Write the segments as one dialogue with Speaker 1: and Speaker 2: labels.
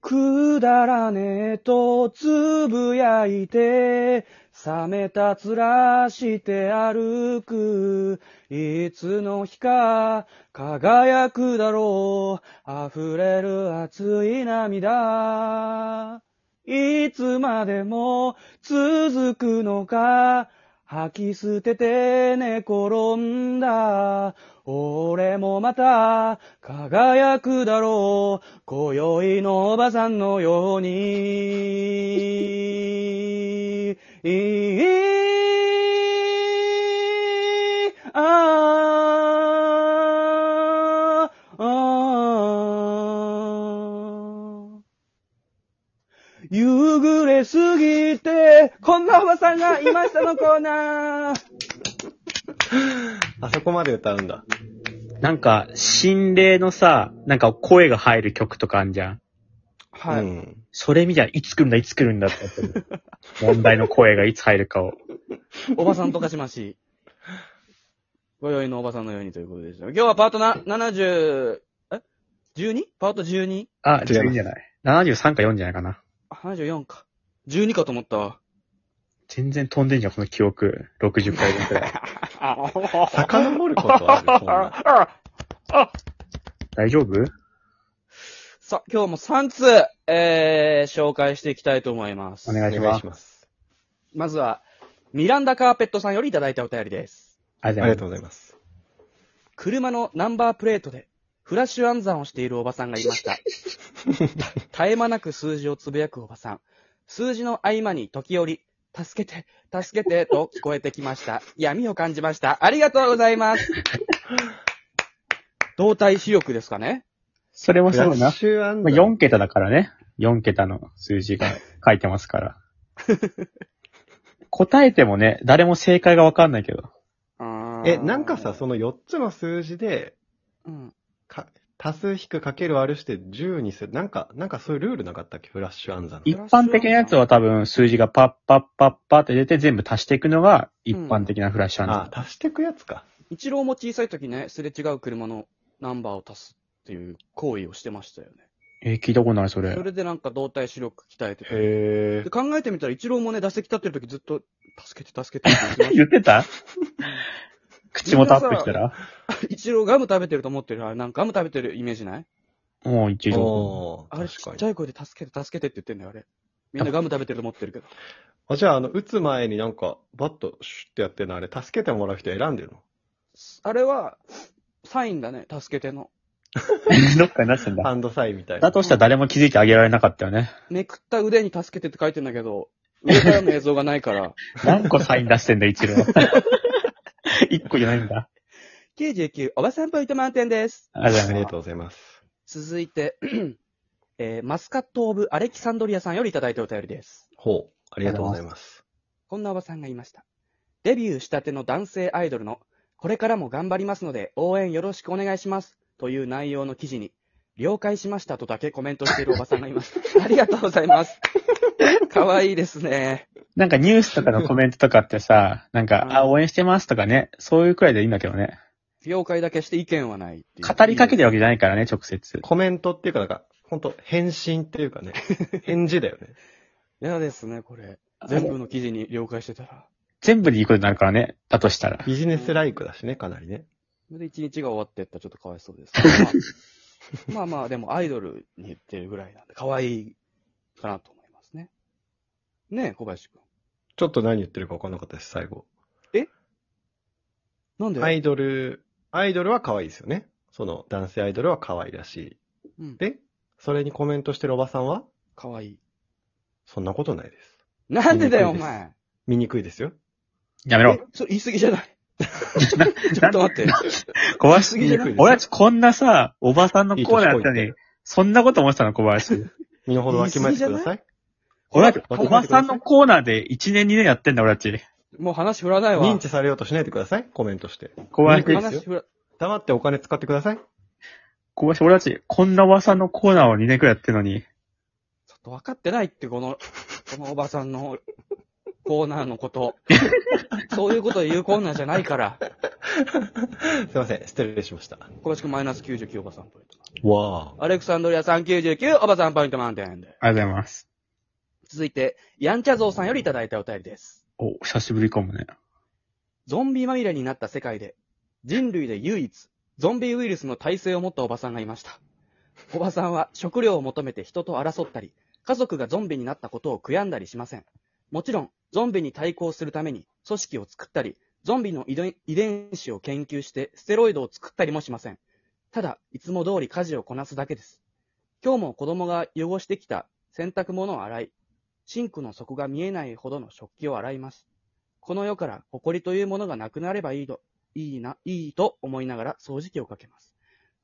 Speaker 1: くだらねえとつぶやいて、冷めた面して歩く。いつの日か輝くだろう。溢れる熱い涙。いつまでも続くのか。吐き捨てて寝転んだ。俺もまた輝くだろう。今宵のおばさんのように。いいあーあー夕暮れすぎて、こんなおばさんがいましたのコーナー。
Speaker 2: あそこまで歌うんだ。
Speaker 3: なんか、心霊のさ、なんか声が入る曲とかあんじゃん。
Speaker 1: はい。
Speaker 2: うん。
Speaker 3: それ見たら、いつ来るんだ、いつ来るんだって思 ってる。問題の声がいつ入るかを。
Speaker 1: おばさんとかしまし。 ご用意のおばさんのようにということでした。今日はパートな、70、え ?12? パート 12?
Speaker 3: あ、
Speaker 2: 違います
Speaker 3: 違うんじゃない ?73 か4じゃないかな。
Speaker 1: あ、74か。12かと思ったわ。
Speaker 3: 全然飛んでんじゃん、この記憶。60回分 くらい。
Speaker 2: 遡ることある、 そんな。
Speaker 3: 大丈夫
Speaker 1: さあ、今日も3通、えー、紹介していきたいと思います。
Speaker 3: お願いします。
Speaker 2: ます。
Speaker 1: まずは、ミランダ・カーペットさんよりいただいたお便りです。
Speaker 3: あり
Speaker 2: ありがとうございます。
Speaker 1: 車のナンバープレートで、フラッシュ暗算をしているおばさんがいま した。絶え間なく数字をつぶやくおばさん。数字の合間に時折、助けて、助けて、と聞こえてきました。闇を感じました。ありがとうございます。動体視力ですかね
Speaker 3: それも
Speaker 2: フ
Speaker 3: そ
Speaker 2: ラ
Speaker 3: うな
Speaker 2: ッ。シュアン
Speaker 3: まあ、4桁だからね。4桁の数字が書いてます から。答えてもね、誰も正解がわかんないけど。
Speaker 2: え、なんかさ、、その4つの数字で、
Speaker 1: うーん。
Speaker 2: か、多数引くかける割るして10にする。なんか、なんかそういうルールなかったっけフラッシュ暗算
Speaker 3: 一
Speaker 2: の。
Speaker 3: 般的なやつは多分数字がパッパッパッパって出て全部足していくのが一般的なフラッシュアンサー
Speaker 2: あ、足してくやつか。
Speaker 1: 一郎も小さい時ね、すれ違う車のナンバーを足すっていう行為をしてましたよね。
Speaker 3: えー聞いたことない、それ。
Speaker 1: それでなんか動体視力鍛えてて。
Speaker 2: へ
Speaker 1: で考えてみたら、一郎もね、打席立ってる時ずっと、助けて助けてって言って
Speaker 3: 言ってた口もタップしたら
Speaker 1: ました。一郎ガム食べてると思ってる。あれ、なんかガム食べてるイメージない
Speaker 3: もう一
Speaker 2: ぇー。
Speaker 3: 度。
Speaker 2: お
Speaker 1: あれ、
Speaker 2: ー
Speaker 1: ちっ
Speaker 2: 確
Speaker 1: ち
Speaker 2: か
Speaker 1: ゃ
Speaker 2: に。
Speaker 1: い声で助けて助けてって言ってんだよ、あれ。みんなガム食べてると思ってるけど。
Speaker 2: あ、じゃあ、あの、打つ前になんか、バッとシュッてやってるのあれ、助けてもらう人選んでるの
Speaker 1: あれは、サインだね、助けての。
Speaker 3: どっかに出してんだ。
Speaker 2: ハンドサインみたいな。
Speaker 3: だとしたら誰も気づいてあげられなかったよね。
Speaker 1: めくった腕に助けてって書いてんだけど、上からの映像がない から。
Speaker 3: 何個サイン出してんだ、一郎。 一個じゃないんだ。
Speaker 1: 99、おばさんポイント満点です。
Speaker 3: あれだ
Speaker 2: あり
Speaker 3: ね
Speaker 2: が。とうございます。
Speaker 1: 続いて、 えーマスカット・オブ・アレキサンドリアさんよりいただいたお便りです。
Speaker 2: ほう。ありがとうございます。
Speaker 1: こんなおばさんがいました。デビューしたての男性アイドルの、これからも頑張りますので、応援よろしくお願いします。という内容の記事に、了解しましたとだけコメントしているおばさんがい ます。ありがとうございます。かわいいですね。
Speaker 3: なんかニュースとかのコメントとかってさ、なんか、
Speaker 1: うん
Speaker 3: あ、応援してますとかね、そういうくらいでいいんだけどね。
Speaker 1: 了解だけして意見はないっていう
Speaker 3: 語りかけてるわけじゃないからね、直接。
Speaker 2: コメントっていうか、なんか、ほんと、返信っていうか ね、返事だよね。
Speaker 1: いやですね、これ。全部の記事に了解してたら。
Speaker 3: 全部でいいことになるからね、だとしたら。
Speaker 2: ビジネスライクだしね、かなりね。
Speaker 1: それで一日が終わってったらちょっとかわいそう ですけど。まあまあまあ、でもアイドルに言ってるぐらいなんで、かわいいかなと思いますね。ねえ、小林くん。
Speaker 2: ちょっと何言ってるか分かんなかったです、最後。
Speaker 1: なんで、
Speaker 2: アイドル、アイドルは可愛いですよね。その、男性アイドルは可愛らしい。
Speaker 1: うん、
Speaker 2: で、それにコメントしてるおばさんは
Speaker 1: かわいい。
Speaker 2: そんなことないです。
Speaker 1: なんでだよ、お
Speaker 2: 見にくいです
Speaker 1: 前。
Speaker 2: 見にくいですよ。
Speaker 3: やめ
Speaker 1: え
Speaker 3: ろ。、
Speaker 1: それ言い過ぎじゃない。ちょ
Speaker 3: な
Speaker 1: っと待って。
Speaker 3: 小林
Speaker 1: 過ぎじゃない
Speaker 3: 俺たちこんなさ、おばさんのコーナーやったの
Speaker 2: いい
Speaker 3: に、そんなこと思ってたの、小林。
Speaker 2: 身の程わきまえてください。
Speaker 3: 俺たち、
Speaker 2: わ
Speaker 3: お
Speaker 2: きまえて
Speaker 3: ば
Speaker 2: くださ
Speaker 3: さ
Speaker 2: い
Speaker 3: んのコーナーで1年2年やってんだ、俺たち。
Speaker 1: もう話振らないわ。
Speaker 2: 認知されようとしないでください、コメントして。
Speaker 3: 小
Speaker 2: 見に
Speaker 3: 林
Speaker 2: く、いです
Speaker 1: 話
Speaker 2: よ。
Speaker 1: 振ら、
Speaker 2: 黙ってお金使ってく ださい。
Speaker 3: 小林、俺たち、こんなおばさんのコーナーを2年くらいやってんのに、
Speaker 1: ちょっと分かってないって、この、このおばさんの、コーナーのこと。そういうことを言うコーナーじゃないから。
Speaker 2: すいません、失礼しました。
Speaker 1: 小林くんマイナス99おばさんポイン
Speaker 2: わ
Speaker 1: ト。アレクサンドリアさん99おばさんポイント満点で。
Speaker 3: ありがとうございます。
Speaker 1: 続いて、ヤンチャゾウさんよりいただいたお便りです。
Speaker 3: お、久しぶりかもね。
Speaker 1: ゾンビまみれになった世界で、人類で唯一、ゾンビウイルスの耐性を持ったおばさんがいました。おばさんは食料を求めて人と争ったり、家族がゾンビになったことを悔やんだりしません。もちろん、ゾンビに対抗するために組織を作ったり、ゾンビの遺伝遺伝子を研究してステロイドを作ったりもしません。ただ、いつも通り家事をこなすだけです。今日も子供が汚してきた洗濯物を洗い、シンクの底が見えないほどの食器を洗います。この世から誇りというものがなくなればいいと、いいな、いいと思いながら掃除機をかけます。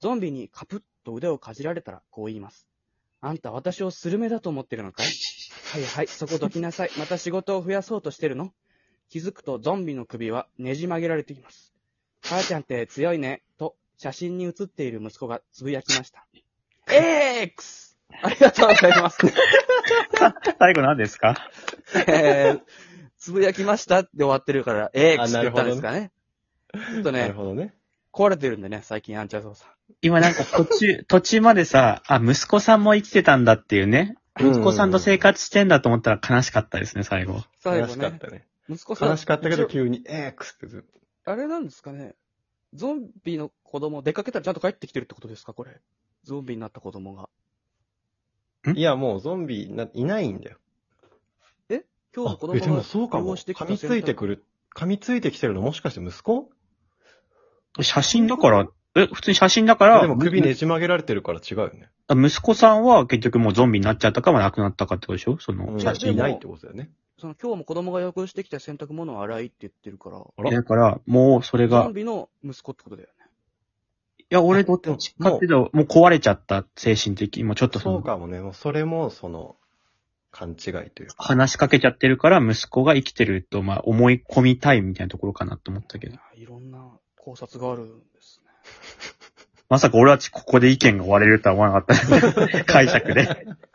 Speaker 1: ゾンビにカプッと腕をかじられたらこう言います。あんた私をスルメだと思ってるのかいはいはい、そこどきなさい。また仕事を増やそうとしてるの気づくとゾンビの首はねじ曲げられています。母ちゃんって強いね、と写真に写っている息子がつぶやきました。X! ありがとうございます。
Speaker 3: 最後何ですか
Speaker 1: えー つぶやきましたって終わってるから、ええ
Speaker 2: あ
Speaker 1: ー、
Speaker 2: な
Speaker 1: 作
Speaker 2: る
Speaker 1: っ
Speaker 2: ほ
Speaker 1: た
Speaker 2: ど
Speaker 1: んですかね。ちょっと
Speaker 2: ー。なる
Speaker 1: ね、
Speaker 2: ほどね。
Speaker 1: 壊れてるんでね、最近、アンチャーソーさん。
Speaker 3: 今なんか途中、 途中までさ、あ、息子さんも生きてたんだっていうね。
Speaker 2: うん
Speaker 3: 息子さんと生活してんだと思ったら悲しかったですね、最後。
Speaker 1: 最
Speaker 2: 悲
Speaker 1: 後
Speaker 2: しかっ
Speaker 1: ね、
Speaker 2: たね。
Speaker 1: 息子さん。
Speaker 2: 悲しかったけ
Speaker 1: 一
Speaker 2: ど、
Speaker 1: 応
Speaker 2: 急に、えー、くすってずっと。
Speaker 1: あれなんですかね。ゾンビの子供、出かけたらちゃんと帰ってきてるってことですか、これ。ゾンビになった子供が。
Speaker 2: いや、もうゾンビないないんだよ。
Speaker 1: 今日の子供
Speaker 2: えでも
Speaker 1: が
Speaker 2: そうか
Speaker 1: 利
Speaker 2: も。
Speaker 1: 用してきた
Speaker 2: 噛みついてくる。噛みついてきてるのもしかして息子
Speaker 3: 写真だから、え、普通に写真だから、
Speaker 2: でも首ねじ曲げられてるから違うよね。
Speaker 3: あ息子さんは結局もうゾンビになっちゃったかも亡くなったかってことでしょその
Speaker 2: うん
Speaker 3: 写
Speaker 1: で
Speaker 3: 真
Speaker 2: い
Speaker 1: も
Speaker 2: ないってことだよね。
Speaker 1: その今日も子供が汚してきた洗濯物を洗いって言ってるから、
Speaker 2: も
Speaker 3: だから、もうそれ
Speaker 1: ゾ
Speaker 3: が
Speaker 1: ン、ビの息子ってことだよね。
Speaker 3: いや、俺どっ
Speaker 2: でも
Speaker 3: ちかっていうと、もう壊れちゃった、精神的に。もうちょっとそ
Speaker 2: そう
Speaker 3: の、
Speaker 2: かもね。もうそれも、その、勘違いというか。
Speaker 3: 話しかけちゃってるから、息子が生きてると、まあ、思い込みたいみたいなところかなと思ったけ
Speaker 1: い
Speaker 3: ど
Speaker 1: や。いろんな考察があるんですね。
Speaker 3: まさか俺たちここで意見が割れるとは思わなかっ たね。解釈で。ありがとう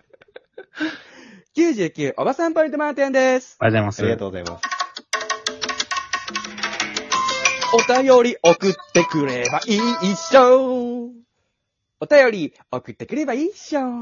Speaker 1: 99、おばさんポイント満点です。
Speaker 3: ございま
Speaker 2: あ
Speaker 3: す。
Speaker 2: りがとうございます。
Speaker 1: お便り送ってくればいいっしょお便り送ってくればいいっしょ